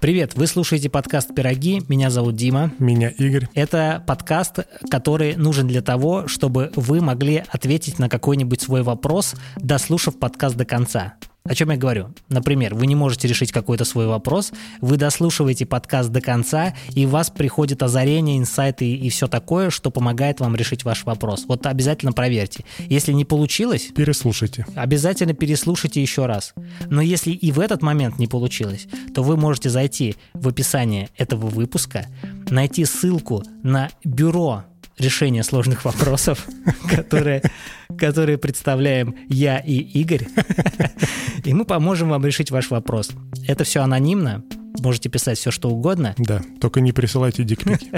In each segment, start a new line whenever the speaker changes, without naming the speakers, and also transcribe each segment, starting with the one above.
Привет, вы слушаете подкаст «Пироги», меня зовут Дима.
Меня Игорь.
Это подкаст, который нужен для того, чтобы вы могли ответить на какой-нибудь свой вопрос, дослушав подкаст до конца. О чем я говорю? Например, вы не можете решить какой-то свой вопрос, вы дослушиваете подкаст до конца, и у вас приходит озарение, инсайты и, и все такое, что помогает вам решить ваш вопрос. Вот обязательно проверьте. Если не получилось,
Переслушайте.
обязательно переслушайте еще раз. Но если и в этот момент не получилось, то вы можете зайти в описание этого выпуска, найти ссылку на бюро решения сложных вопросов, которые, которые представляем я и Игорь, и мы поможем вам решить ваш вопрос. Это все анонимно, можете писать все что угодно,
Да, только не присылайте дикпики.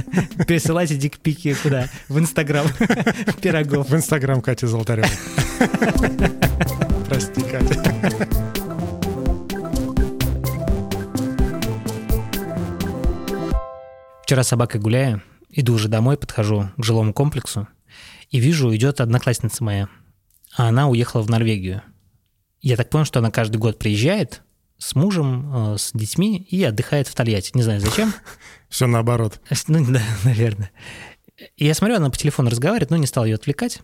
пересылайте дикпики куда? В Инстаграм пирогов.
В инстаграм Кати Золотаревой. Прости, Катя.
Вчера с собакой гуляю, иду уже домой, подхожу к жилому комплексу и вижу, идет одноклассница моя, а она уехала в Норвегию. Я так понял, что она каждый год приезжает с мужем, э, с детьми и отдыхает в Тольятти. Не знаю зачем.
Все наоборот.
Ну да, наверное. И я смотрю, она по телефону разговаривает, но не стал ее отвлекать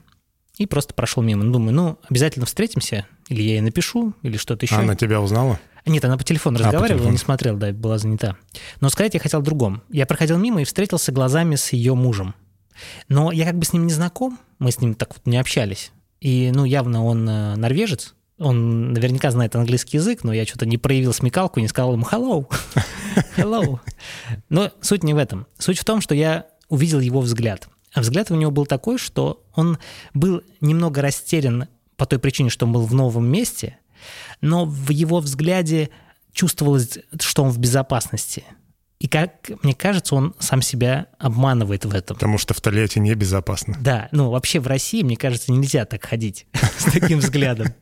и просто прошел мимо. Ну, Думаю, ну, обязательно встретимся, или я ей напишу, или что-то еще.
А Она тебя узнала?
Нет, она по телефону
А, по
разговаривала,
телефону.
не смотрел, да, была занята. Но сказать я хотел о другом. Я проходил мимо и встретился глазами с ее мужем. Но я как бы с ним не знаком, мы с ним так вот не общались. И, ну, явно он э, норвежец, он наверняка знает английский язык, но я что-то не проявил смекалку, не сказал ему «hello». «Hello». Но суть не в этом. Суть в том, что я увидел его взгляд. А взгляд у него был такой, что он был немного растерян по той причине, что он был в новом месте, но в его взгляде чувствовалось, что он в безопасности. И как мне кажется, он сам себя обманывает в этом.
Потому что в Тольятти небезопасно.
Да, ну вообще в России, мне кажется, нельзя так ходить с таким взглядом.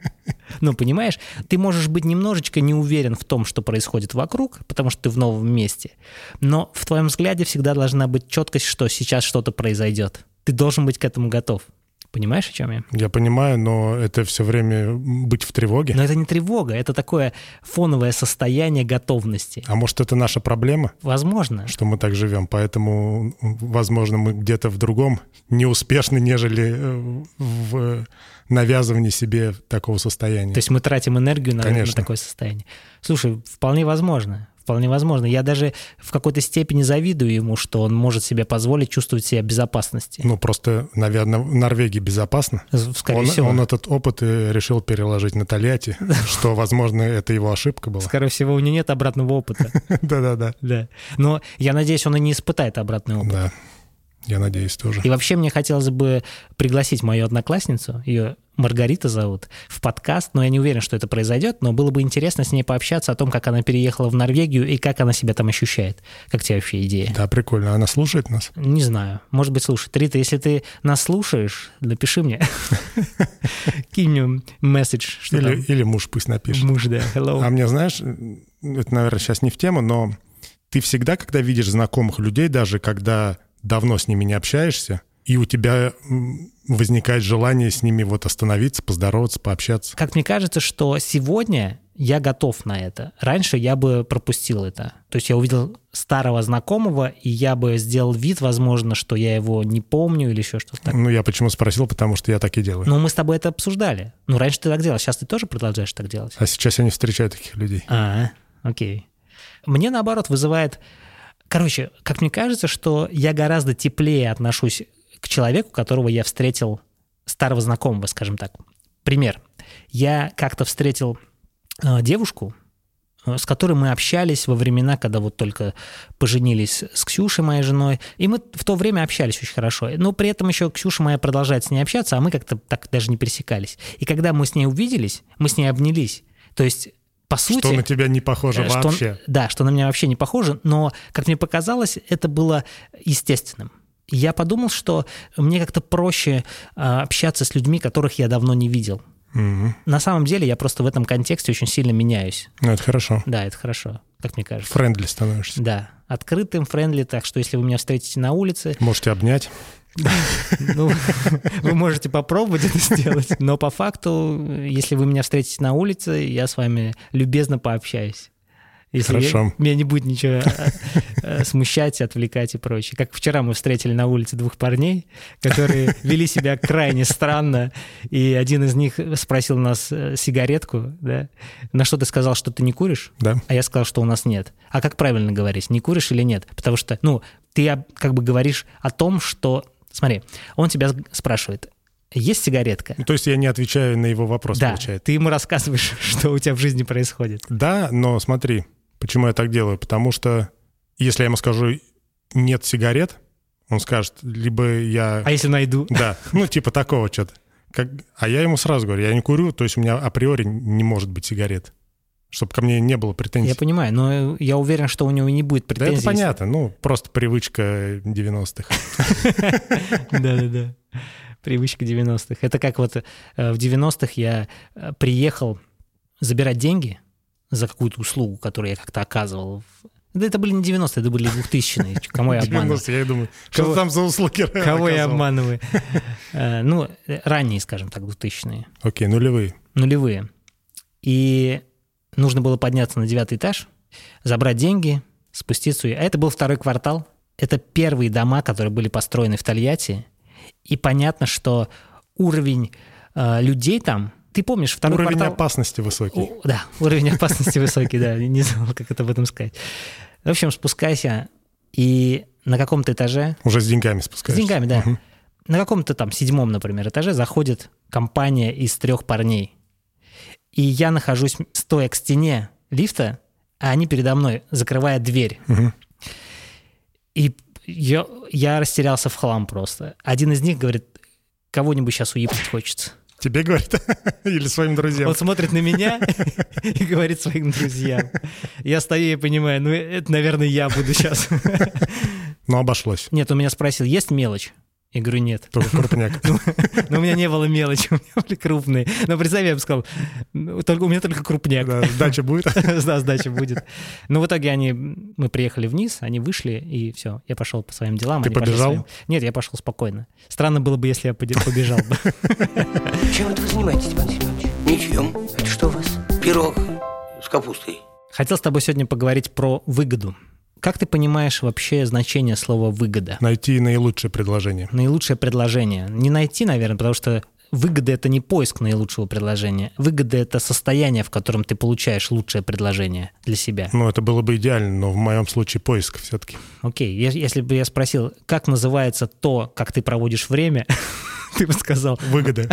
Ну, понимаешь, ты можешь быть немножечко не уверен в том, что происходит вокруг, потому что ты в новом месте, но в твоем взгляде всегда должна быть четкость, что сейчас что-то произойдет. Ты должен быть к этому готов. Понимаешь, о чем я?
Я понимаю, но это все время быть в тревоге.
Но это не тревога, это такое фоновое состояние готовности.
А может, это наша проблема,
Возможно.
что мы так живем, поэтому, возможно, мы где-то в другом неуспешны, нежели э, в навязывании себе такого состояния.
То есть мы тратим энергию на, на
Конечно.
такое состояние. Слушай, вполне возможно. Вполне возможно. Я даже в какой-то степени завидую ему, что он может себе позволить чувствовать себя в безопасности.
Ну, просто, наверное, в Норвегии безопасно.
З- Скорее
он,
всего.
он этот опыт и решил переложить на Тольятти, что, возможно, это его ошибка была.
Скорее всего, у него нет обратного опыта.
Да-да-да.
Да. Но я надеюсь, он и не испытает обратный опыт.
Да. Я надеюсь тоже.
И вообще мне хотелось бы пригласить мою одноклассницу, ее Маргарита зовут, в подкаст, но я не уверен, что это произойдет, но было бы интересно с ней пообщаться о том, как она переехала в Норвегию и как она себя там ощущает. Как тебе вообще идея?
Да, прикольно. Она слушает нас?
Не знаю. Может быть, слушай. Рита, если ты нас слушаешь, напиши мне. Кинь мне месседж, что
Или,
там
или муж пусть напишет.
муж, да,
А
hello.
мне, знаешь, это, наверное, сейчас не в тему, но ты всегда, когда видишь знакомых людей, даже когда давно с ними не общаешься, и у тебя м, возникает желание с ними вот остановиться, поздороваться, пообщаться.
Как мне кажется, что сегодня я готов на это. Раньше я бы пропустил это. То есть я увидел старого знакомого, и я бы сделал вид, возможно, что я его не помню или еще что-то такое.
Ну, я почему спросил, потому что я так и делаю.
Но мы с тобой это обсуждали. Ну, раньше ты так делал, сейчас ты тоже продолжаешь так делать.
А сейчас я не встречаю таких людей.
А, окей. Мне наоборот вызывает... Короче, как мне кажется, что я гораздо теплее отношусь к человеку, которого я встретил, старого знакомого, скажем так. Пример. Я как-то встретил э, девушку, э, с которой мы общались во времена, когда вот только поженились с Ксюшей, моей женой, и мы в то время общались очень хорошо. Но при этом еще Ксюша моя продолжает с ней общаться, а мы как-то так даже не пересекались. И когда мы с ней увиделись, мы с ней обнялись. То есть, по сути...
Что на тебя не похоже
Э, что-
вообще.
да, что на меня вообще не похоже, но, как мне показалось, это было естественным. Я подумал, что мне как-то проще а, общаться с людьми, которых я давно не видел.
Мгм.
На самом деле я просто в этом контексте очень сильно меняюсь.
Ну, это хорошо.
Да, это хорошо, как мне кажется.
Френдли становишься.
Да, открытым, френдли, так что если вы меня встретите на улице,
Можете обнять.
ну, вы можете попробовать это сделать, но по факту, если вы меня встретите на улице, я с вами любезно пообщаюсь. Если
Хорошо.
меня не будет ничего э, э, смущать, отвлекать и прочее. Как вчера мы встретили на улице двух парней, которые вели себя крайне странно, и один из них спросил нас э, сигаретку, да, на что ты сказал, что ты не куришь,
Да.
а я сказал, что у нас нет. А как правильно говорить, не куришь или нет? Потому что, ну, ты об- как бы говоришь о том, что... Смотри, он тебя с- спрашивает, есть сигаретка?
Ну, То есть я не отвечаю на его вопрос,
да,
получается.
ты ему рассказываешь, что у тебя в жизни происходит.
Да, но смотри, почему я так делаю? Потому что если я ему скажу «нет сигарет», он скажет, либо я...
А если найду?
Да, ну типа такого что-то. Как... А я ему сразу говорю, я не курю, то есть у меня априори не может быть сигарет. Чтобы ко мне не было претензий.
Я понимаю, но я уверен, что у него и не будет
Да это
претензий.
понятно, ну, просто привычка 90-х.
Да-да-да. Привычка 90-х. Это как вот э, в 90-х я э, приехал забирать деньги за какую-то услугу, которую я как-то оказывал. Да это были не 90-е, это были 2000-е. Кому я обманываю?
90-е, я и думаю, что
Кого-
там за услуги?
Кого я
оказал?
обманываю? Э, Ну, э, ранние, скажем так, 2000-е.
Окей, нулевые.
нулевые. И нужно было подняться на девятый этаж, забрать деньги, спуститься. А это был второй квартал. Это первые дома, которые были построены в Тольятти. И понятно, что уровень э, людей там... Ты помнишь, второй
Уровень
квартал...
опасности высокий.
О, Да, уровень опасности высокий, да. Не знал, как это об этом сказать. В общем, спускайся, и на каком-то этаже
Уже с деньгами
с
спускаешься.
деньгами, да. На каком-то там седьмом, например, этаже заходит компания из трех парней. И я нахожусь, стоя к стене лифта, а они передо мной, закрывая дверь.
Мгм.
И я, я растерялся в хлам просто. Один из них говорит, кого-нибудь сейчас уебать хочется.
Тебе говорит? Или своим друзьям?
Он смотрит на меня и говорит своим друзьям. Я стою и понимаю, ну это, наверное, я буду сейчас.
Но Ну, обошлось.
Нет, он меня спросил, есть мелочь? Я говорю, нет.
Только крупняк.
Ну, Но у меня не было мелочи, у меня были крупные. Но представь, я бы сказал, ну, только, у меня только крупняк.
Да, Сдача будет.
Да, сдача будет. Но в итоге они, мы приехали вниз, они вышли, и все, я пошел по своим делам.
Ты
они пошли
побежал?
своим- Нет, я пошел спокойно. Странно было бы, если я поди- побежал бы.
Чем это вы занимаетесь, Иван Семенович? Ничем. Это что у вас? Пирог с капустой.
Хотел с тобой сегодня поговорить про выгоду. Как ты понимаешь вообще значение слова «выгода»?
Найти наилучшее предложение.
Наилучшее предложение. Не найти, наверное, потому что выгода — это не поиск наилучшего предложения. Выгода — это состояние, в котором ты получаешь лучшее предложение для себя.
Ну, это было бы идеально, но в моем случае поиск все-таки.
Окей, е- если бы я спросил, как называется то, как ты проводишь время, ты бы сказал,
Выгода.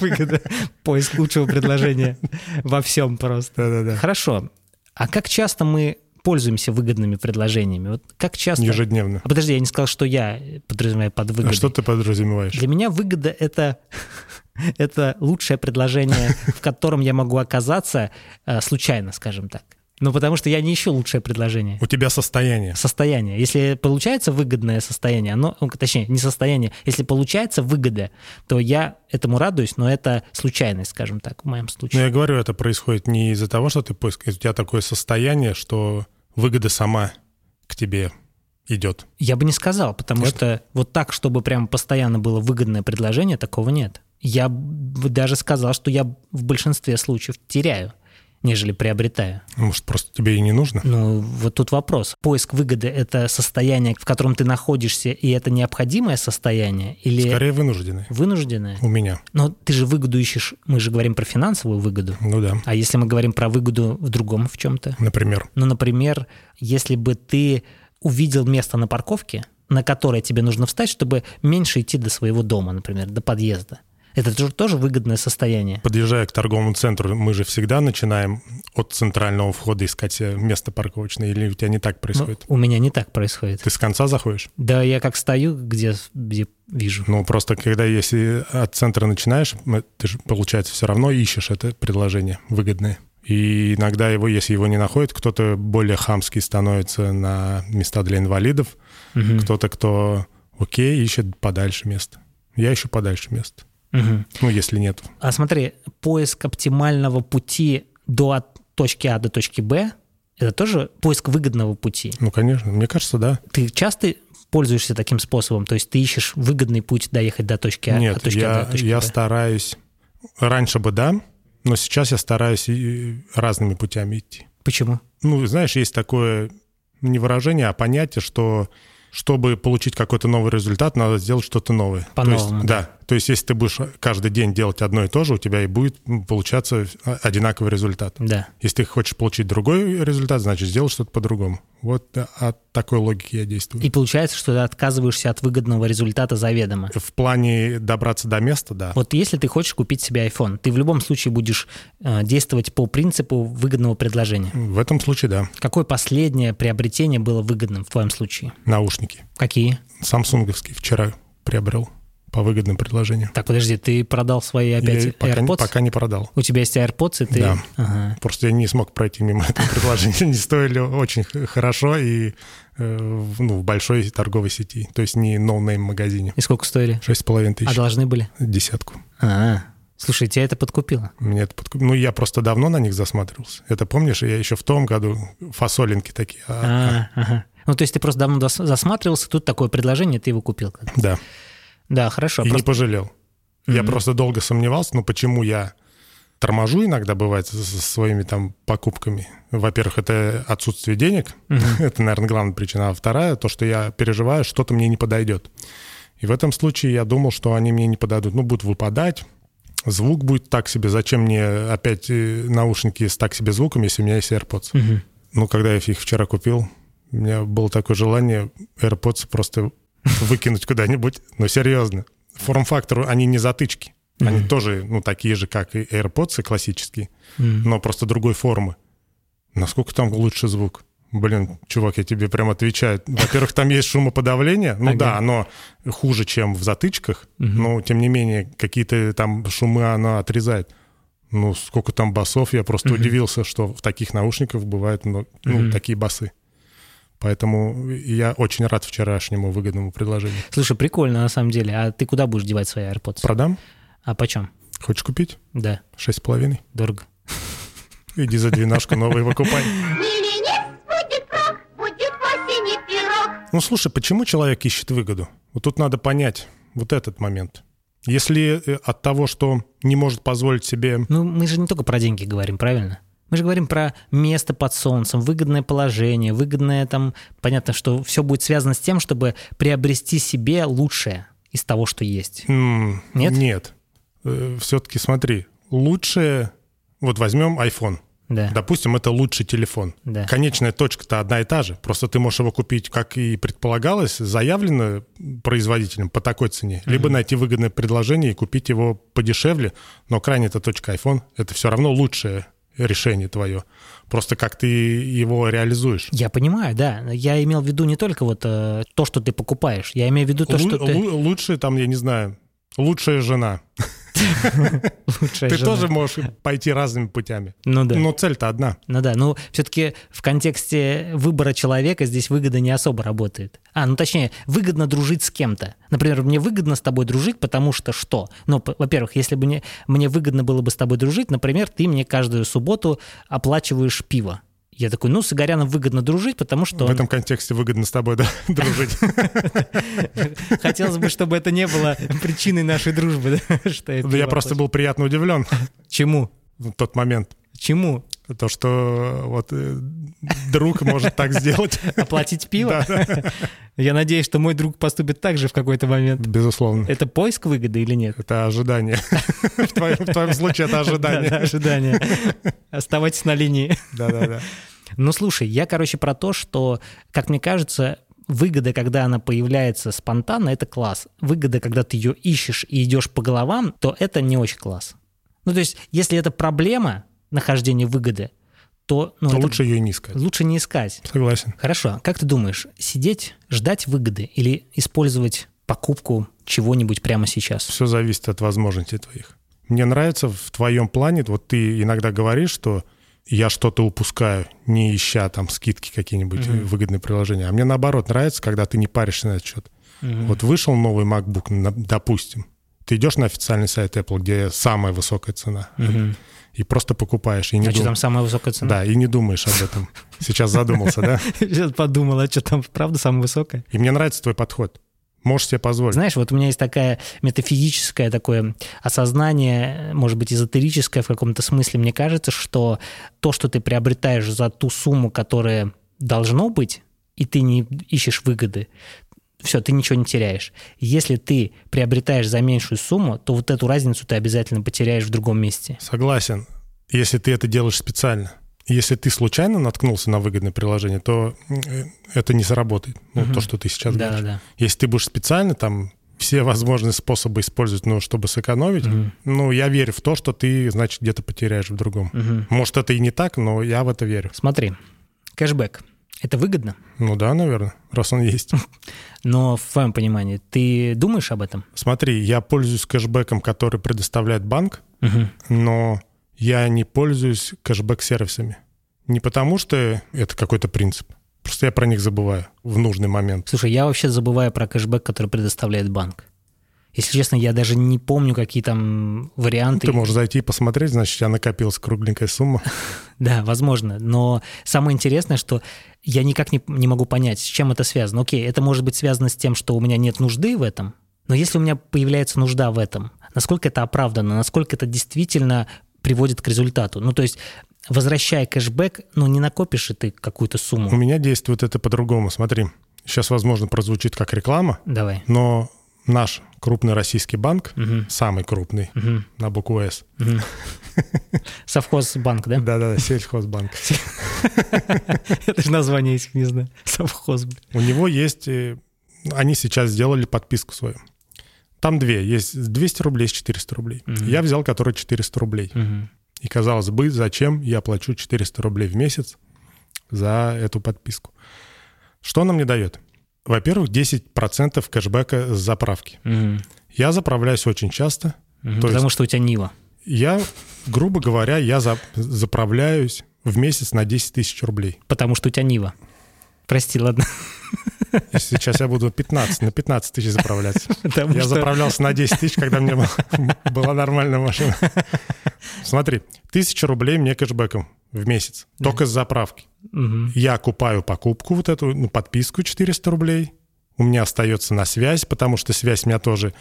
выгода, поиск лучшего предложения во всем просто.
Да-да-да.
Хорошо, а как часто мы пользуемся выгодными предложениями? Вот как часто...
Ежедневно.
А подожди, я не сказал, что я подразумеваю под
А
выгодой.
что ты подразумеваешь?
Для меня выгода — это это лучшее предложение, в котором я могу оказаться э, случайно, скажем так. Ну, потому что я не ищу лучшее предложение
У тебя состояние.
состояние. Если получается выгодное состояние, оно, ну, точнее, не состояние, если получается выгода, то я этому радуюсь, но это случайность, скажем так, в моем
Но
случае.
Ну, я говорю, это происходит не из-за того, что ты поиск, у тебя такое состояние, что выгода сама к тебе идет.
Я бы не сказал, потому
Нет?
что вот так, чтобы прям постоянно было выгодное предложение, такого нет. Я бы даже сказал, что я в большинстве случаев теряю, нежели приобретаю.
Может, просто тебе и не нужно?
Ну, вот тут вопрос. Поиск выгоды — это состояние, в котором ты находишься, и это необходимое состояние или
Скорее вынуждены.
вынужденное?
У меня.
Но ты же выгоду ищешь, мы же говорим про финансовую выгоду.
Ну да.
А если мы говорим про выгоду в другом в чем-то?
Например.
Ну, например, если бы ты увидел место на парковке, на которое тебе нужно встать, чтобы меньше идти до своего дома, например, до подъезда. Это же тоже выгодное состояние.
Подъезжая к торговому центру, мы же всегда начинаем от центрального входа искать себе место парковочное, или у тебя не так
Ну,
происходит?
у меня не так происходит.
Ты с конца заходишь?
Да, я как стою, где, где вижу.
Ну, просто когда если от центра начинаешь, м, ты же, получается, все равно ищешь это предложение выгодное. И иногда его, если его не находит, кто-то более хамский становится на места для инвалидов,
Мгм.
кто-то, кто, окей, ищет подальше место. Я ищу подальше место.
Мгм.
Ну, если нет.
А смотри, поиск оптимального пути до от точки А до точки Б, это тоже поиск выгодного пути.
Ну, конечно, мне кажется, да.
Ты часто пользуешься таким способом? То есть ты ищешь выгодный путь доехать до точки А,
Нет,
от точки
я,
А до точки
я
Б?
стараюсь... Раньше бы да, но сейчас я стараюсь и- и разными путями идти.
Почему?
Ну, знаешь, есть такое не выражение, а понятие, что чтобы получить какой-то новый результат, надо сделать что-то новое.
По-новому,
То есть, да. То есть, если ты будешь каждый день делать одно и то же, у тебя и будет ну, получаться а, одинаковый результат.
Да.
Если ты хочешь получить другой результат, значит, сделай что-то по-другому. Вот э, от такой логики я действую.
И получается, что ты отказываешься от выгодного результата заведомо.
В плане добраться до места, да.
Вот если ты хочешь купить себе iPhone, ты в любом случае будешь э, действовать по принципу выгодного предложения.
В этом случае, да.
Какое последнее приобретение было выгодным в твоем случае?
Наушники.
Какие?
Самсунговский вчера приобрел по выгодным предложениям.
Так, подожди, ты продал свои опять
Я пока, не,
AirPods?
пока не продал.
У тебя есть AirPods, и ты...
Да.
Ага.
Просто я не смог пройти мимо этого предложения. Не стоили очень х- хорошо и э, в- ну, в большой торговой сети. То есть не ноунейм магазине.
И сколько стоили?
Шесть с половиной
А
тысяч.
должны были?
Десятку.
А, слушай, тебя это подкупило.
Мне это подку- Ну, я просто давно на них засматривался. Это помнишь, я еще в том году фасолинки такие. а-
А, ага. Ну, то есть ты просто давно зас- засматривался, тут такое предложение, ты его купил. как бы.
Да.
Да, хорошо.
И не
просто-
пожалел. Я
Мгм.
просто долго сомневался, ну почему я торможу иногда бывает со со своими там покупками. Во-первых, это отсутствие денег. Это, наверное, главная причина. А вторая, то, что я переживаю, что-то мне не подойдет. И в этом случае я думал, что они мне не подойдут. Ну, будут выпадать, звук будет так себе. Зачем мне опять э, наушники с так себе звуком, если у меня есть AirPods?
Мгм.
Ну, когда я их вчера купил, у меня было такое желание AirPods просто выкинуть куда-нибудь. Но серьезно. Форм-фактору они не затычки. Они
Мгм.
тоже, ну, такие же, как и AirPods классические,
Мгм.
но просто другой формы. Насколько там лучше звук? Блин, чувак, я тебе прям отвечаю. Во-первых, там есть шумоподавление. Ну
Ага.
да, оно хуже, чем в затычках, но тем не менее, какие-то там шумы оно отрезает. Ну, сколько там басов, я просто
Мгм.
удивился, что в таких наушниках бывают ну, ну,
Мгм.
такие басы. Поэтому я очень рад вчерашнему выгодному предложению.
Слушай, прикольно на самом деле. А ты куда будешь девать свои AirPods?
Продам?
А почем?
Хочешь купить?
Да,
Шесть с половиной.
дорого.
Иди за двенашку новые выкупай.
Или нет, будет крах, будет в осенний пирог.
Ну слушай, почему человек ищет выгоду? Вот тут надо понять вот этот момент. Если э, от того, что не может позволить себе...
Ну, мы же не только про деньги говорим, правильно? Мы же говорим про место под солнцем, выгодное положение, выгодное там... Понятно, что все будет связано с тем, чтобы приобрести себе лучшее из того, что есть.
м,
Нет?
Нет. Все-таки смотри, лучше... Вот возьмем iPhone.
Да,
Допустим, это лучший телефон.
да.
Конечная точка-то одна и та же. Просто ты можешь его купить, как и предполагалось, заявлено производителем по такой цене. Либо найти выгодное предложение и купить его подешевле. Но крайняя-то точка iPhone — это все равно лучшее решение твое. Просто как ты его реализуешь.
Я понимаю, да. Я имел в виду не только вот э, то, что ты покупаешь. Я имею в виду то,
Лу-
что ты
лу- лучше там, я не знаю, лучшая жена.
лучшая
ты
жена.
тоже можешь пойти разными путями.
Ну да.
Но цель-то одна.
Ну да, ну все-таки в контексте выбора человека здесь выгода не особо работает. А, ну точнее, выгодно дружить с кем-то. Например, мне выгодно с тобой дружить, потому что что? Ну, п- во-первых, если бы мне, мне выгодно было бы с тобой дружить, например, ты мне каждую субботу оплачиваешь пиво. Я такой, ну, с Игоряном выгодно дружить, потому что
В
он-
этом контексте выгодно с тобой да, дружить.
хотелось бы, чтобы это не было причиной нашей дружбы. да, что
Да Я
пиво
просто
оплачиваю.
был приятно удивлен
Чему?
в тот момент.
Чему?
То, что вот э, друг может так сделать.
Оплатить пиво? Я надеюсь, что мой друг поступит так же в какой-то момент.
Безусловно.
Это поиск выгоды или нет?
Это ожидание. В твоем, в твоем случае это
Да, да,
ожидание.
ожидание. Оставайтесь на линии.
Да-да-да.
Ну, слушай, я, короче, про то, что, как мне кажется, выгода, когда она появляется спонтанно, это класс. Выгода, когда ты ее ищешь и идешь по головам, то это не очень класс. Ну, то есть, если это проблема нахождения выгоды, то, ну,
То
это
лучше ее и не искать.
лучше не искать.
Согласен.
Хорошо, как ты думаешь, сидеть, ждать выгоды или использовать покупку чего-нибудь прямо сейчас?
Все зависит от возможностей твоих. Мне нравится в твоем плане, вот ты иногда говоришь, что я что-то упускаю, не ища там скидки какие-нибудь,
Мгм.
выгодные приложения. А мне наоборот нравится, когда ты не паришься на этот счет. Вот вышел новый MacBook, на- допустим, ты идешь на официальный сайт Apple, где самая высокая цена, э,
Мгм.
и просто покупаешь, и не
А что
дум-
там самая высокая цена?
Да, и не думаешь об этом. Сейчас задумался, да?
Сейчас подумал, а что там правда самая высокая?
И мне нравится твой подход. Можешь себе позволить.
Знаешь, вот у меня есть такая метафизическое такое осознание, может быть, эзотерическое в каком-то смысле. Мне кажется, что то, что ты приобретаешь за ту сумму, которая должно быть, и ты не ищешь выгоды, все, ты ничего не теряешь. Если ты приобретаешь за меньшую сумму, то вот эту разницу ты обязательно потеряешь в другом месте.
Согласен. Если ты это делаешь специально. Если ты случайно наткнулся на выгодное приложение, то э, это не сработает. Ну,
Мгм.
то, что ты сейчас
Да,
говоришь.
да,
Если ты будешь специально там все возможные способы использовать, ну, чтобы сэкономить,
Мгм.
ну, я верю в то, что ты, значит, где-то потеряешь в другом.
да. Мгм.
Может, это и не так, но я в это верю.
Смотри, кэшбэк. Это выгодно,
Ну да, наверное, раз он есть.
но в твоем понимании ты думаешь об этом?
Смотри, я пользуюсь кэшбэком, который предоставляет банк,
Мгм.
но я не пользуюсь кэшбэк-сервисами. Не потому, что это какой-то принцип. Просто я про них забываю в нужный момент.
Слушай, я вообще забываю про кэшбэк, который предоставляет банк. Если честно, я даже не помню, какие там
Ну,
варианты.
Ты можешь зайти и посмотреть, значит, у тебя накопилась кругленькая сумма.
Да, возможно. Но самое интересное, что я никак не, не могу понять, с чем это связано. Окей, это может быть связано с тем, что у меня нет нужды в этом. Но если у меня появляется нужда в этом, насколько это оправдано, насколько это действительно приводит к результату. Ну, то есть, возвращая кэшбэк, ну, не накопишь и ты какую-то
У
сумму.
меня действует это по-другому. Смотри, сейчас, возможно, прозвучит как реклама,
Давай.
но наш крупный российский банк,
Мгм.
самый крупный,
Мгм.
на букву «С»,
Мгм. Совхоз банк, да?
да-да, сельхозбанк,
Это же название, если не знаю. Совхоз. блин.
У него есть... э, Они сейчас сделали подписку свою. Там две. Есть 200 рублей, есть 400 рублей.
Мгм.
Я взял, который 400 рублей.
Мгм.
И казалось бы, зачем я плачу 400 рублей в месяц за эту подписку? Что она мне дает? Во-первых, 10% кэшбэка с заправки.
Мгм.
Я заправляюсь очень часто.
Мгм.
То есть-
Потому что у тебя Нива.
Я, грубо говоря, я за- заправляюсь в месяц на 10 тысяч рублей.
Потому что у тебя Нива. Прости, ладно.
Если сейчас я буду 15, на 15 тысяч заправляться.
Потому
Я
что-
заправлялся на 10 тысяч, когда мне была- была нормальная машина. Смотри, тысяча рублей мне кэшбэком в месяц. Только с заправки.
Мгм.
Я купаю покупку вот эту, ну, подписку 400 рублей. У меня остается на связь, потому что связь у меня тоже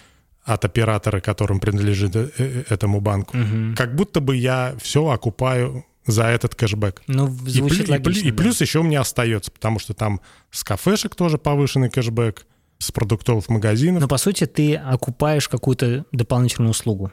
от оператора, которым принадлежит э, э, этому банку.
Мгм.
Как будто бы я все окупаю за этот кэшбэк.
Ну,
И
звучит
плю- и плю-
логично.
и
да.
плюс еще у меня остается, потому что там с кафешек тоже повышенный кэшбэк, с продуктовых магазинов.
Но, по сути, ты окупаешь какую-то дополнительную услугу.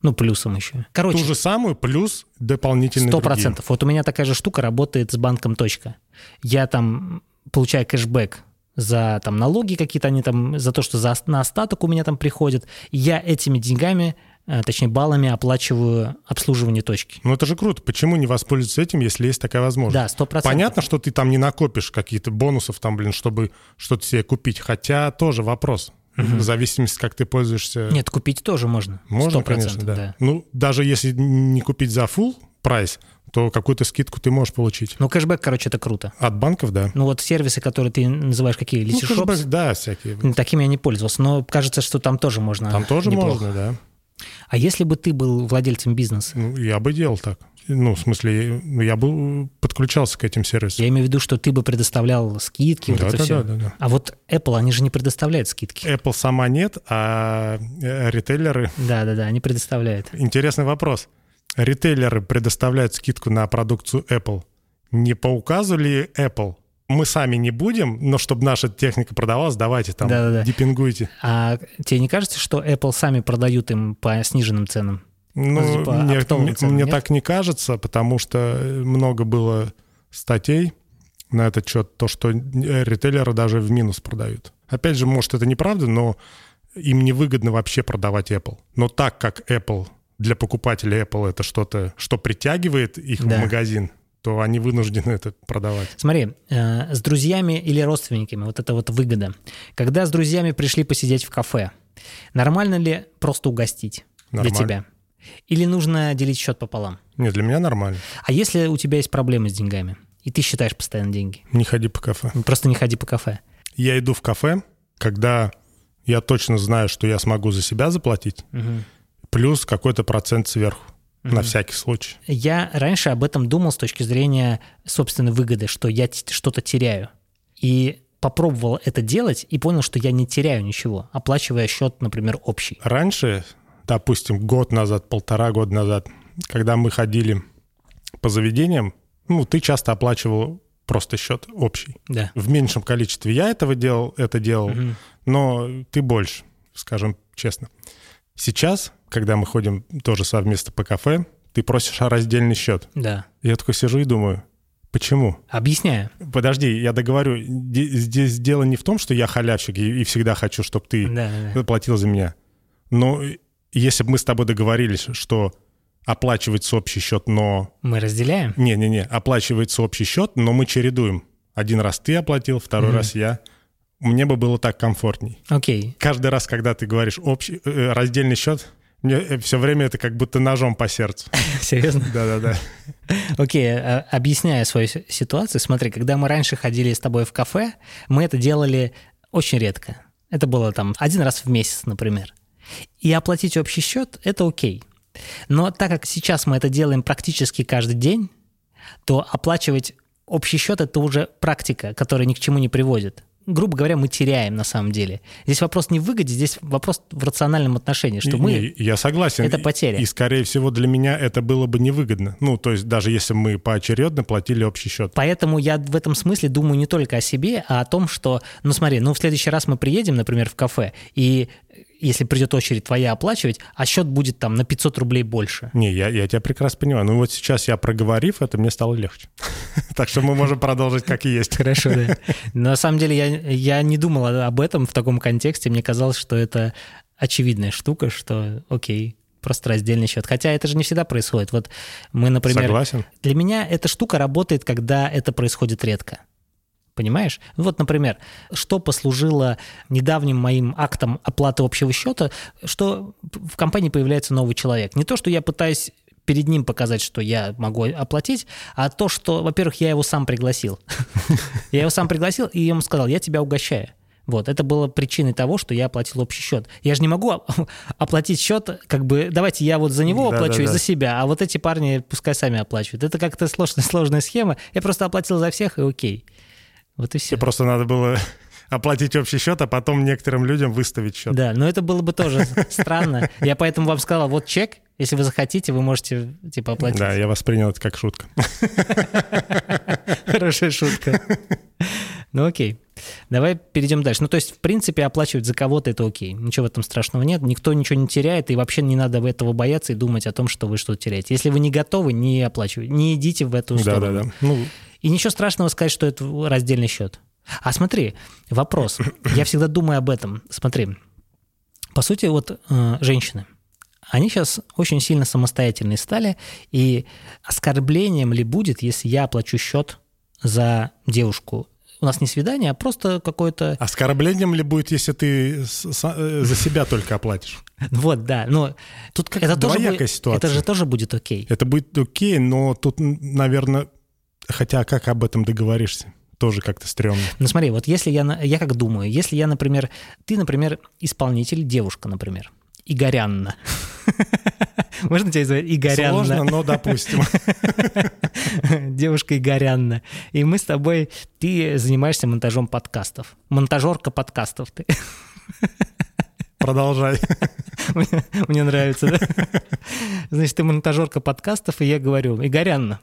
Ну, плюсом еще. Короче,
Ту же самую, плюс дополнительные
сто
другие.
процентов. Вот у меня такая же штука работает с банком точка. Я там получаю кэшбэк за там налоги какие-то, они там за то, что за, на остаток у меня там приходит. Я этими деньгами, э, точнее баллами оплачиваю обслуживание точки.
Ну это же круто. Почему не воспользоваться этим, если есть такая возможность?
Да, сто процентов.
Понятно, что ты там не накопишь какие-то бонусов там, блин, чтобы что-то себе купить. Хотя тоже вопрос. В зависимости, как ты пользуешься.
Нет, купить тоже можно.
Можно,
100%,
конечно, да. Ну, даже если не купить за full прайс, то какую-то скидку ты можешь получить.
Но Ну, кэшбэк, короче, это круто.
От банков, да.
Ну вот сервисы, которые ты называешь какие?
Ну,
Лисишопс?
кэшбэк, да, всякие.
Ну, Таким я не пользовался, но кажется, что там тоже можно.
Там тоже
неплохо.
можно, да.
А если бы ты был владельцем бизнеса?
Ну, я бы делал так. Ну, в смысле, я бы подключался к этим сервисам.
Я имею в виду, что ты бы предоставлял скидки, вот
Да,
это
да,
все.
да, да, да.
А вот Apple, они же не предоставляют скидки.
Apple сама нет, а э, ритейлеры...
Да-да-да, они предоставляют.
Интересный вопрос. Ритейлеры предоставляют скидку на продукцию Apple. Не по указу ли Apple? Мы сами не будем, но чтобы наша техника продавалась, давайте там,
Да-да-да.
дипингуйте.
А тебе не кажется, что Apple сами продают им по сниженным ценам?
Ну,
Типа
мне,
оптовым
мне-
ценам,
мне
нет?
так не кажется, потому что э, много было статей на этот счет, то, что э, ритейлеры даже в минус продают. Опять же, может, это неправда, но им невыгодно вообще продавать Apple. Но так как Apple для покупателя Apple это что-то, что притягивает их
Да.
в магазин, то они вынуждены это продавать.
Смотри, э, с друзьями или родственниками, вот это вот выгода. Когда с друзьями пришли посидеть в кафе, нормально ли просто угостить
Нормально.
для тебя? Или нужно делить счет пополам?
Не, для меня нормально.
А если у тебя есть проблемы с деньгами, и ты считаешь постоянно деньги, ну,
Не ходи по кафе.
просто не ходи по кафе.
Я иду в кафе, когда я точно знаю, что я смогу за себя заплатить, плюс какой-то процент сверху, на всякий случай.
Я раньше об этом думал с точки зрения собственной выгоды, что я т- что-то теряю. И попробовал это делать и понял, что я не теряю ничего, оплачивая счет, например, общий.
Раньше, допустим, год назад, полтора года назад, когда мы ходили по заведениям, ну, ты часто оплачивал просто счет общий.
Да.
В меньшем количестве я этого делал, это делал,
Мгм.
но ты больше, скажем честно. Сейчас, когда мы ходим тоже совместно по кафе, ты просишь о раздельный счет.
Да.
Я такой сижу и думаю, почему?
Объясняю.
Подожди, я договорю. Де- Здесь дело не в том, что я халявщик и, и всегда хочу, чтобы ты
Да, да, да.
заплатил за меня. Но если бы мы с тобой договорились, что оплачивается общий счет, но...
Мы разделяем.
Не-не-не, оплачивается общий счет, но мы чередуем. Один раз ты оплатил, второй раз я. Мне бы было так комфортней.
Окей.
Каждый раз, когда ты говоришь общий, э, раздельный счет, мне все время это как будто ножом по сердцу.
Серьезно?
Да-да-да.
Окей, а, объясняя свою си- ситуацию, смотри, когда мы раньше ходили с тобой в кафе, мы это делали очень редко. Это было там один раз в месяц, например. И оплатить общий счет – это окей. Но так как сейчас мы это делаем практически каждый день, то оплачивать общий счет – это уже практика, которая ни к чему не приводит. Грубо говоря, мы теряем на самом деле. Здесь вопрос не в выгоде, здесь вопрос в рациональном отношении, что
Не-
мы…
не, я согласен.
это
И-
потеря.
И, скорее всего, для меня это было бы невыгодно. Ну, то есть даже если мы поочередно платили общий счет.
Поэтому я в этом смысле думаю не только о себе, а о том, что, ну смотри, ну в следующий раз мы приедем, например, в кафе, и если придет очередь твоя оплачивать, а счет будет там на 500 рублей больше.
Не, я, я тебя прекрасно понимаю. Ну вот сейчас я проговорив это, мне стало легче. Так что мы можем продолжить как и есть.
Хорошо, да. На самом деле я, я не думал о- об этом в таком контексте. Мне казалось, что это очевидная штука, что окей, просто раздельный счет. Хотя это же не всегда происходит. Вот мы, например,
Согласен.
Для меня эта штука работает, когда это происходит редко. Понимаешь? Ну Вот, например, что послужило недавним моим актом оплаты общего счета, что в компании появляется новый человек. Не то, что я пытаюсь перед ним показать, что я могу оплатить, а то, что, во-первых, я его сам пригласил. Я его сам пригласил и ему сказал, я тебя угощаю. Вот, это было причиной того, что я оплатил общий счет. Я же не могу оп- оплатить счет, как бы, давайте я вот за него
Да-да-да.
оплачу и за себя, а вот эти парни пускай сами оплачивают. Это как-то сложная, сложная схема. Я просто оплатил за всех, и окей. Вот и все.
Тебе просто надо было оплатить общий счет, а потом некоторым людям выставить счет.
Да, но это было бы тоже странно. Я поэтому вам сказал, вот чек, если вы захотите, вы можете, типа, оплатить.
Да, я воспринял это как шутка.
Хорошая шутка. Ну окей. Давай перейдем дальше. Ну то есть, в принципе, оплачивать за кого-то это окей. Ничего в этом страшного нет. Никто ничего не теряет, и вообще не надо этого бояться и думать о том, что вы что-то теряете. Если вы не готовы, не оплачивайте. Не идите в эту
Да,
сторону.
да, да. Ну,
И ничего страшного сказать, что это раздельный счет. А смотри, вопрос. Я всегда думаю об этом. Смотри, по сути, вот э, женщины, они сейчас очень сильно самостоятельные стали, и оскорблением ли будет, если я оплачу счет за девушку? У нас не свидание, а просто какое-то...
оскорблением ли будет, если ты с- с- э, за себя только оплатишь?
Вот, да, но... Тут
как-то двоякая ситуация.
Это же тоже будет окей.
Это будет окей, но тут, наверное, хотя как об этом договоришься? Тоже как-то стрёмно.
Ну смотри, вот если я, на- я как думаю, если я, например, ты, например, исполнитель, девушка, например, Игорянна. Можно тебя звать
Сложно,
Игорянна?
но допустим.
Девушка Игорянна. И мы с тобой, ты занимаешься монтажом подкастов. Монтажерка подкастов ты.
Продолжай.
Мне мне нравится, да? Значит, ты монтажерка подкастов, и я говорю, Игорянна,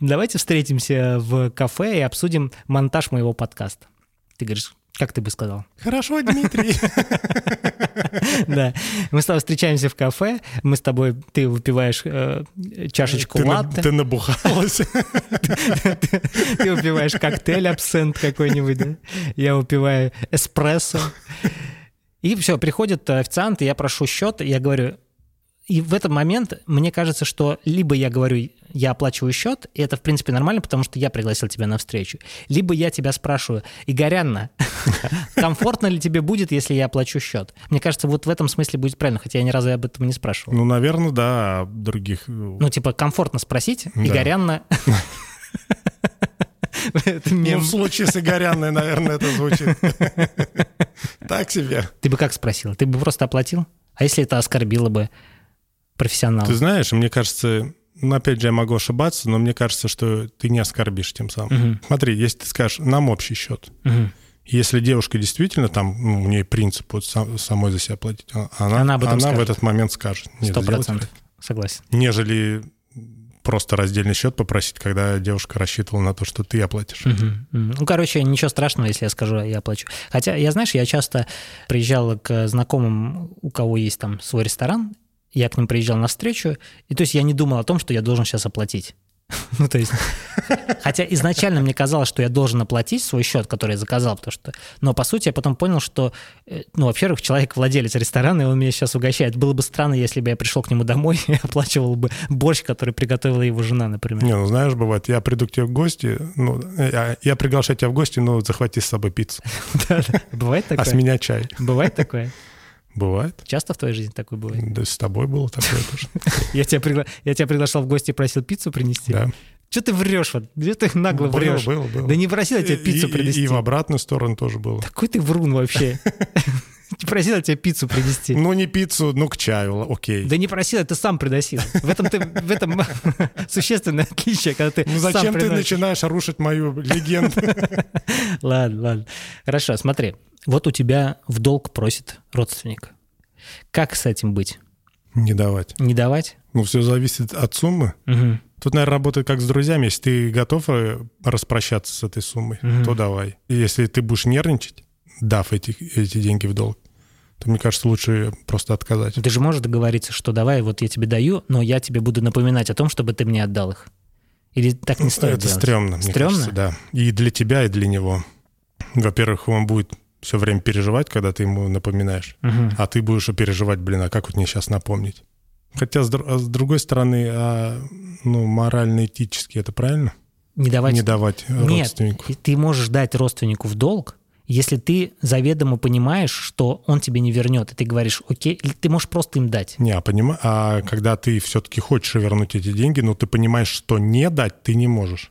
давайте встретимся в кафе и обсудим монтаж моего подкаста. Ты говоришь, как ты бы сказал?
Хорошо, Дмитрий.
Да. Мы с тобой встречаемся в кафе, мы с тобой, ты выпиваешь э, чашечку
Ты на-
латте.
Ты набухалась.
Ты выпиваешь коктейль абсент какой-нибудь, да? Я выпиваю эспрессо. И все, приходит э, официант, и я прошу счет, и я говорю... И в этот момент мне кажется, что либо я говорю, я оплачиваю счет, и это, в принципе, нормально, потому что я пригласил тебя на встречу, либо я тебя спрашиваю, Игорянна, комфортно ли тебе будет, если я оплачу счет? Мне кажется, вот в этом смысле будет правильно, хотя я ни разу об этом не спрашивал.
Ну, наверное, да, а других... Ну,
Ну, типа, комфортно спросить,
Да.
Игорянна... Это мем.
в случае с Игоряной, наверное, это звучит. Так себе.
Ты бы как спросил? Ты бы просто оплатил? А если это оскорбило бы профессионала?
Ты знаешь, мне кажется, Ну, опять же, я могу ошибаться, но мне кажется, что ты не оскорбишь тем самым.
Мгм.
Смотри, если ты скажешь, нам общий счет.
Мгм.
Если девушка действительно там, ну, у нее принцип вот сам- самой за себя платить, а, она,
Она об этом
в
скажет.
этот момент скажет. «Нет,
Сто
сделайте
процентов. Согласен.
так». Нежели просто раздельный счет попросить, когда девушка рассчитывала на то, что ты оплатишь.
Мгм. Мгм. Ну, короче, ничего страшного, если я скажу, я оплачу. Хотя, я, знаешь, я часто приезжал к знакомым, у кого есть там свой ресторан, я к ним приезжал на встречу, и то есть я не думал о том, что я должен сейчас оплатить. Ну, то есть, хотя изначально мне казалось, что я должен оплатить свой счет, который я заказал, потому что, но по сути я потом понял, что, э, ну, во-первых, человек владелец ресторана, и он меня сейчас угощает. Было бы странно, если бы я пришел к нему домой и оплачивал бы борщ, который приготовила его жена, например.
Не, ну знаешь, бывает, я приду к тебе в гости, ну, я, я приглашаю тебя в гости, но захвати с собой пиццу,
Да-да. Бывает
а с
такое?
меня чай.
Бывает такое?
Бывает.
Часто в твоей жизни такое бывает?
Да с тобой было такое тоже.
Я тебя, пригла... я тебя приглашал в гости и просил пиццу принести?
Да.
Че ты врешь? Вот? Где ты нагло
Было,
врешь?
было, было.
Да не просил я тебя пиццу
И- и-
принести.
И, в обратную сторону тоже было.
Какой ты врун вообще. Не просил я тебя пиццу принести.
Ну, не пиццу, ну, к чаю, л- окей.
Да не просил, а ты сам приносил. В этом, ты, в этом существенное отличие, когда ты
ну,
сам
зачем ты
приносишь.
начинаешь рушить мою легенду?
Ладно, ладно. Хорошо, смотри. Вот у тебя в долг просит родственник. Как с этим быть?
Не давать.
Не давать?
Ну, все зависит от суммы.
Мгм.
Тут, наверное, работает как с друзьями. Если ты готов э, распрощаться с этой суммой,
Мгм.
то давай. И Если ты будешь нервничать, дав эти, эти деньги в долг, то, мне кажется, лучше просто отказать.
Ты же можешь договориться, что давай, вот я тебе даю, но я тебе буду напоминать о том, чтобы ты мне отдал их. Или так не стоит
Ну, Это
делать?
стрёмно, мне
Стрёмно?
кажется, да. И для тебя, и для него. Во-первых, он будет все время переживать, когда ты ему напоминаешь.
Мгм.
А ты будешь и переживать, блин, а как вот мне сейчас напомнить? Хотя, с, дру- а с другой стороны, а, ну, морально-этически это правильно?
Не давать...
Не давать
Нет,
родственнику.
и ты можешь дать родственнику в долг, если ты заведомо понимаешь, что он тебе не вернет, и ты говоришь, окей, или ты можешь просто им дать.
Не, а, понима- а когда ты все-таки хочешь вернуть эти деньги, но ты понимаешь, что не дать ты не можешь.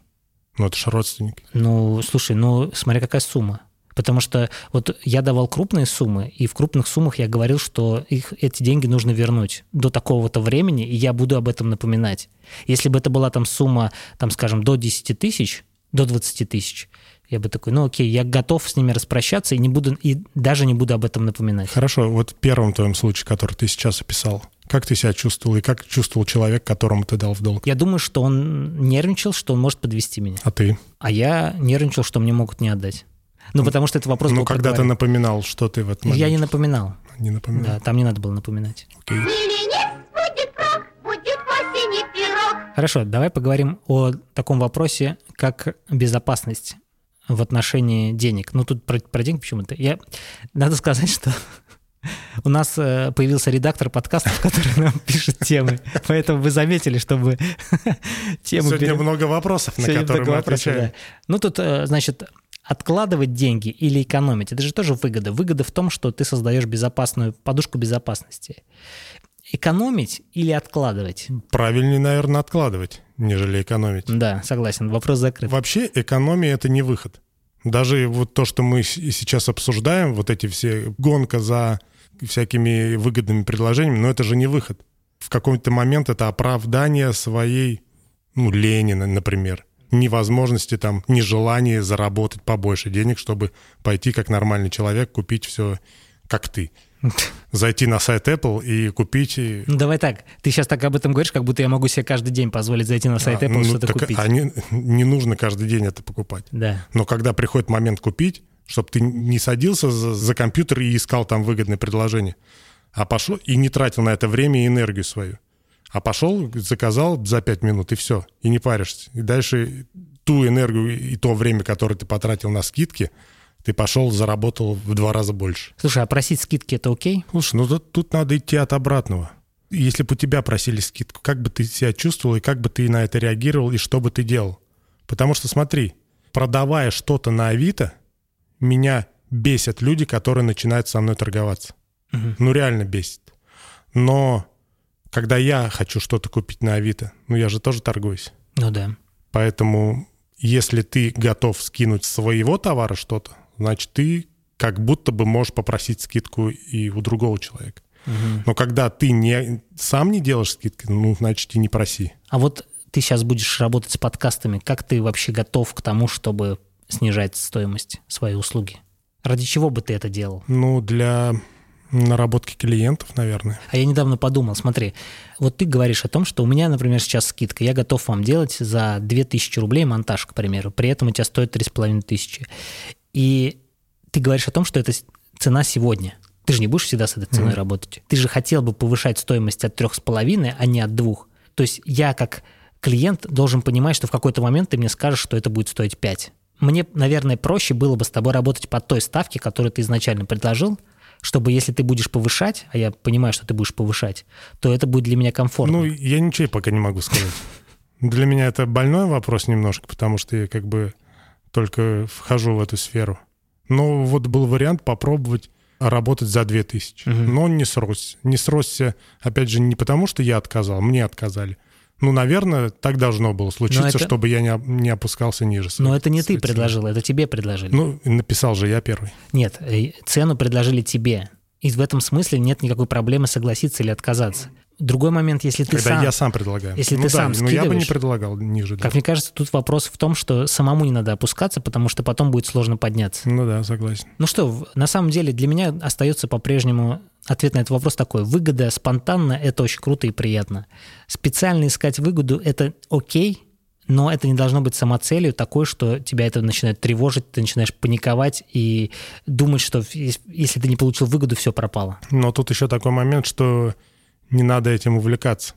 Ну, это же родственник.
Ну, слушай, ну смотри, какая сумма. Потому что вот я давал крупные суммы, и в крупных суммах я говорил, что их, эти деньги нужно вернуть до такого-то времени, и я буду об этом напоминать. Если бы это была там сумма, там, скажем, до 10 тысяч, до 20 тысяч, я бы такой, ну окей, я готов с ними распрощаться и не буду, и даже не буду об этом напоминать.
Хорошо, вот в первом твоем случае, который ты сейчас описал, как ты себя чувствовал и как чувствовал человек, которому ты дал в долг?
Я думаю, что он нервничал, что он может подвести меня.
А ты?
А я нервничал, что мне могут не отдать. Ну, потому что это вопрос
ну,
был
когда ты
проговорен.
напоминал, что ты в этот момент?
Я не напоминал.
Не напоминал.
Да, там не надо было напоминать.
Окей.
Милленист будет прах, будет в осенний пирог.
Хорошо, давай поговорим о таком вопросе, как безопасность в отношении денег. Ну, тут про, про деньги почему-то. Я... Надо сказать, что у нас э, появился редактор подкастов, который нам пишет темы. Поэтому вы заметили, чтобы темы...
Сегодня
пере-
много вопросов, на
Сегодня
которые
много
мы
вопросов,
отвечаем.
да. Ну, тут, э, значит, откладывать деньги или экономить, это же тоже выгода. Выгода в том, что ты создаешь безопасную подушку безопасности. Экономить или откладывать?
Правильнее, наверное, откладывать, нежели экономить.
Да, согласен, вопрос закрыт.
Вообще экономия — это не выход. Даже вот то, что мы с- и сейчас обсуждаем, вот эти все гонка за всякими выгодными предложениями, но это же не выход. В какой-то момент это оправдание своей, ну, лени, на- например, невозможности там, нежелания заработать побольше денег, чтобы пойти как нормальный человек, купить все как ты. Зайти на сайт Apple и купить... и-
Ну, давай так, ты сейчас так об этом говоришь, как будто я могу себе каждый день позволить зайти на сайт
А,
Apple
ну,
и что-то
так,
купить.
а не- не нужно каждый день это покупать.
Да.
Но когда приходит момент купить, чтобы ты не садился за, за компьютер и искал там выгодное предложение, а пошел и не тратил на это время и энергию свою, а пошел, заказал за 5 минут и все, и не паришься. И дальше ту энергию и то время, которое ты потратил на скидки, ты пошел, заработал в два раза больше.
Слушай, а просить скидки это окей?
Слушай, ну тут, тут надо идти от обратного. Если бы у тебя просили скидку, как бы ты себя чувствовал, и как бы ты на это реагировал, и что бы ты делал? Потому что смотри, продавая что-то на Авито, меня бесят люди, которые начинают со мной торговаться. Ну реально бесит. Но когда я хочу что-то купить на Авито, ну я же тоже торгуюсь.
Ну да.
Поэтому если ты готов скинуть своего товара что-то, значит ты как будто бы можешь попросить скидку и у другого человека. Но когда ты не, сам не делаешь скидки, ну, значит, и не проси.
А вот ты сейчас будешь работать с подкастами. Как ты вообще готов к тому, чтобы снижать стоимость своей услуги? Ради чего бы ты это делал?
Ну, для наработки клиентов, наверное.
А я недавно подумал, смотри, вот ты говоришь о том, что у меня, например, сейчас скидка, я готов вам делать за 2000 рублей монтаж, к примеру, при этом у тебя стоит 3500. И ты говоришь о том, что это с- цена сегодня. Ты же не будешь всегда с этой ценой работать. Ты же хотел бы повышать стоимость от трех с половиной, а не от двух. То есть я как клиент должен понимать, что в какой-то момент ты мне скажешь, что это будет стоить 5. Мне, наверное, проще было бы с тобой работать по той ставке, которую ты изначально предложил, чтобы если ты будешь повышать, а я понимаю, что ты будешь повышать, то это будет для меня комфортно.
Ну, я ничего пока не могу сказать. Для меня это больной вопрос немножко, потому что я как бы только вхожу в эту сферу. Но вот был вариант попробовать работать за 2000.
Мгм.
Но он не сросся. Не сросся, опять же, не потому, что я отказал, мне отказали. Ну, наверное, так должно было случиться,
это-
чтобы я не, оп- не опускался ниже.
Но это не ты
Соответственно.
предложил, это тебе предложили.
Ну, написал же я первый.
Нет, э, цену предложили тебе. И в этом смысле нет никакой проблемы согласиться или отказаться. Другой момент, если ты
когда
сам...
я сам предлагаю.
если
ну,
ты
да,
сам
но я бы не
скидываешь-
предлагал ниже. да.
Как мне кажется, тут вопрос в том, что самому не надо опускаться, потому что потом будет сложно подняться.
Ну да, согласен.
Ну что, в- на самом деле для меня остается по-прежнему ответ на этот вопрос такой. Выгода спонтанно – это очень круто и приятно. Специально искать выгоду – это окей, но это не должно быть самоцелью такой, что тебя это начинает тревожить, ты начинаешь паниковать и думать, что в- ес- если ты не получил выгоду, все пропало.
Но тут еще такой момент, что не надо этим увлекаться.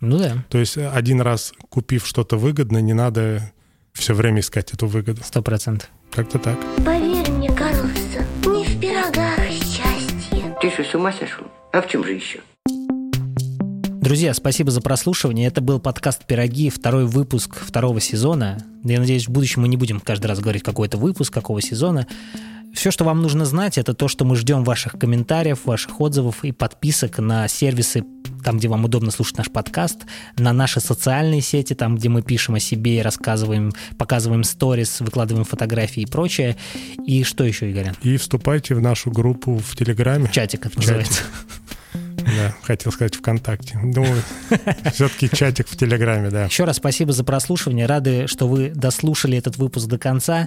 Ну да,
То есть э, один раз купив что-то выгодно, не надо все время искать эту выгоду.
сто процентов.
Как-то так.
Поверь мне, Карлсон, не в пирогах счастье.
Ты что, с ума сошел? А в чем же еще?
Друзья, спасибо за прослушивание. Это был подкаст «Пироги», второй выпуск второго сезона. Я надеюсь, в будущем мы не будем каждый раз говорить, какой это выпуск, какого сезона. Все, что вам нужно знать, это то, что мы ждем ваших комментариев, ваших отзывов и подписок на сервисы, там, где вам удобно слушать наш подкаст, на наши социальные сети, там, где мы пишем о себе и рассказываем, показываем сторис, выкладываем фотографии и прочее. И что еще, Игорян?
И вступайте в нашу группу в Телеграме.
Чатик это
Чатик.
называется.
Да, хотел сказать ВКонтакте. Думаю, все-таки чатик в Телеграме, да.
Еще раз спасибо за прослушивание. Рады, что вы дослушали этот выпуск до конца.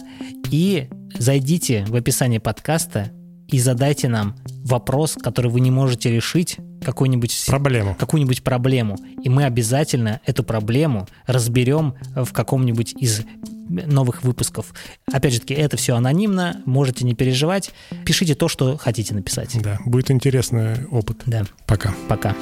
И зайдите в описание подкаста и задайте нам вопрос, который вы не можете решить, какой-нибудь с-
Проблему.
какую-нибудь проблему. И мы обязательно эту проблему разберем в каком-нибудь из новых выпусков. Опять же таки, это все анонимно, можете не переживать. Пишите то, что хотите написать.
Да, будет интересный опыт.
Да,
Пока.
пока.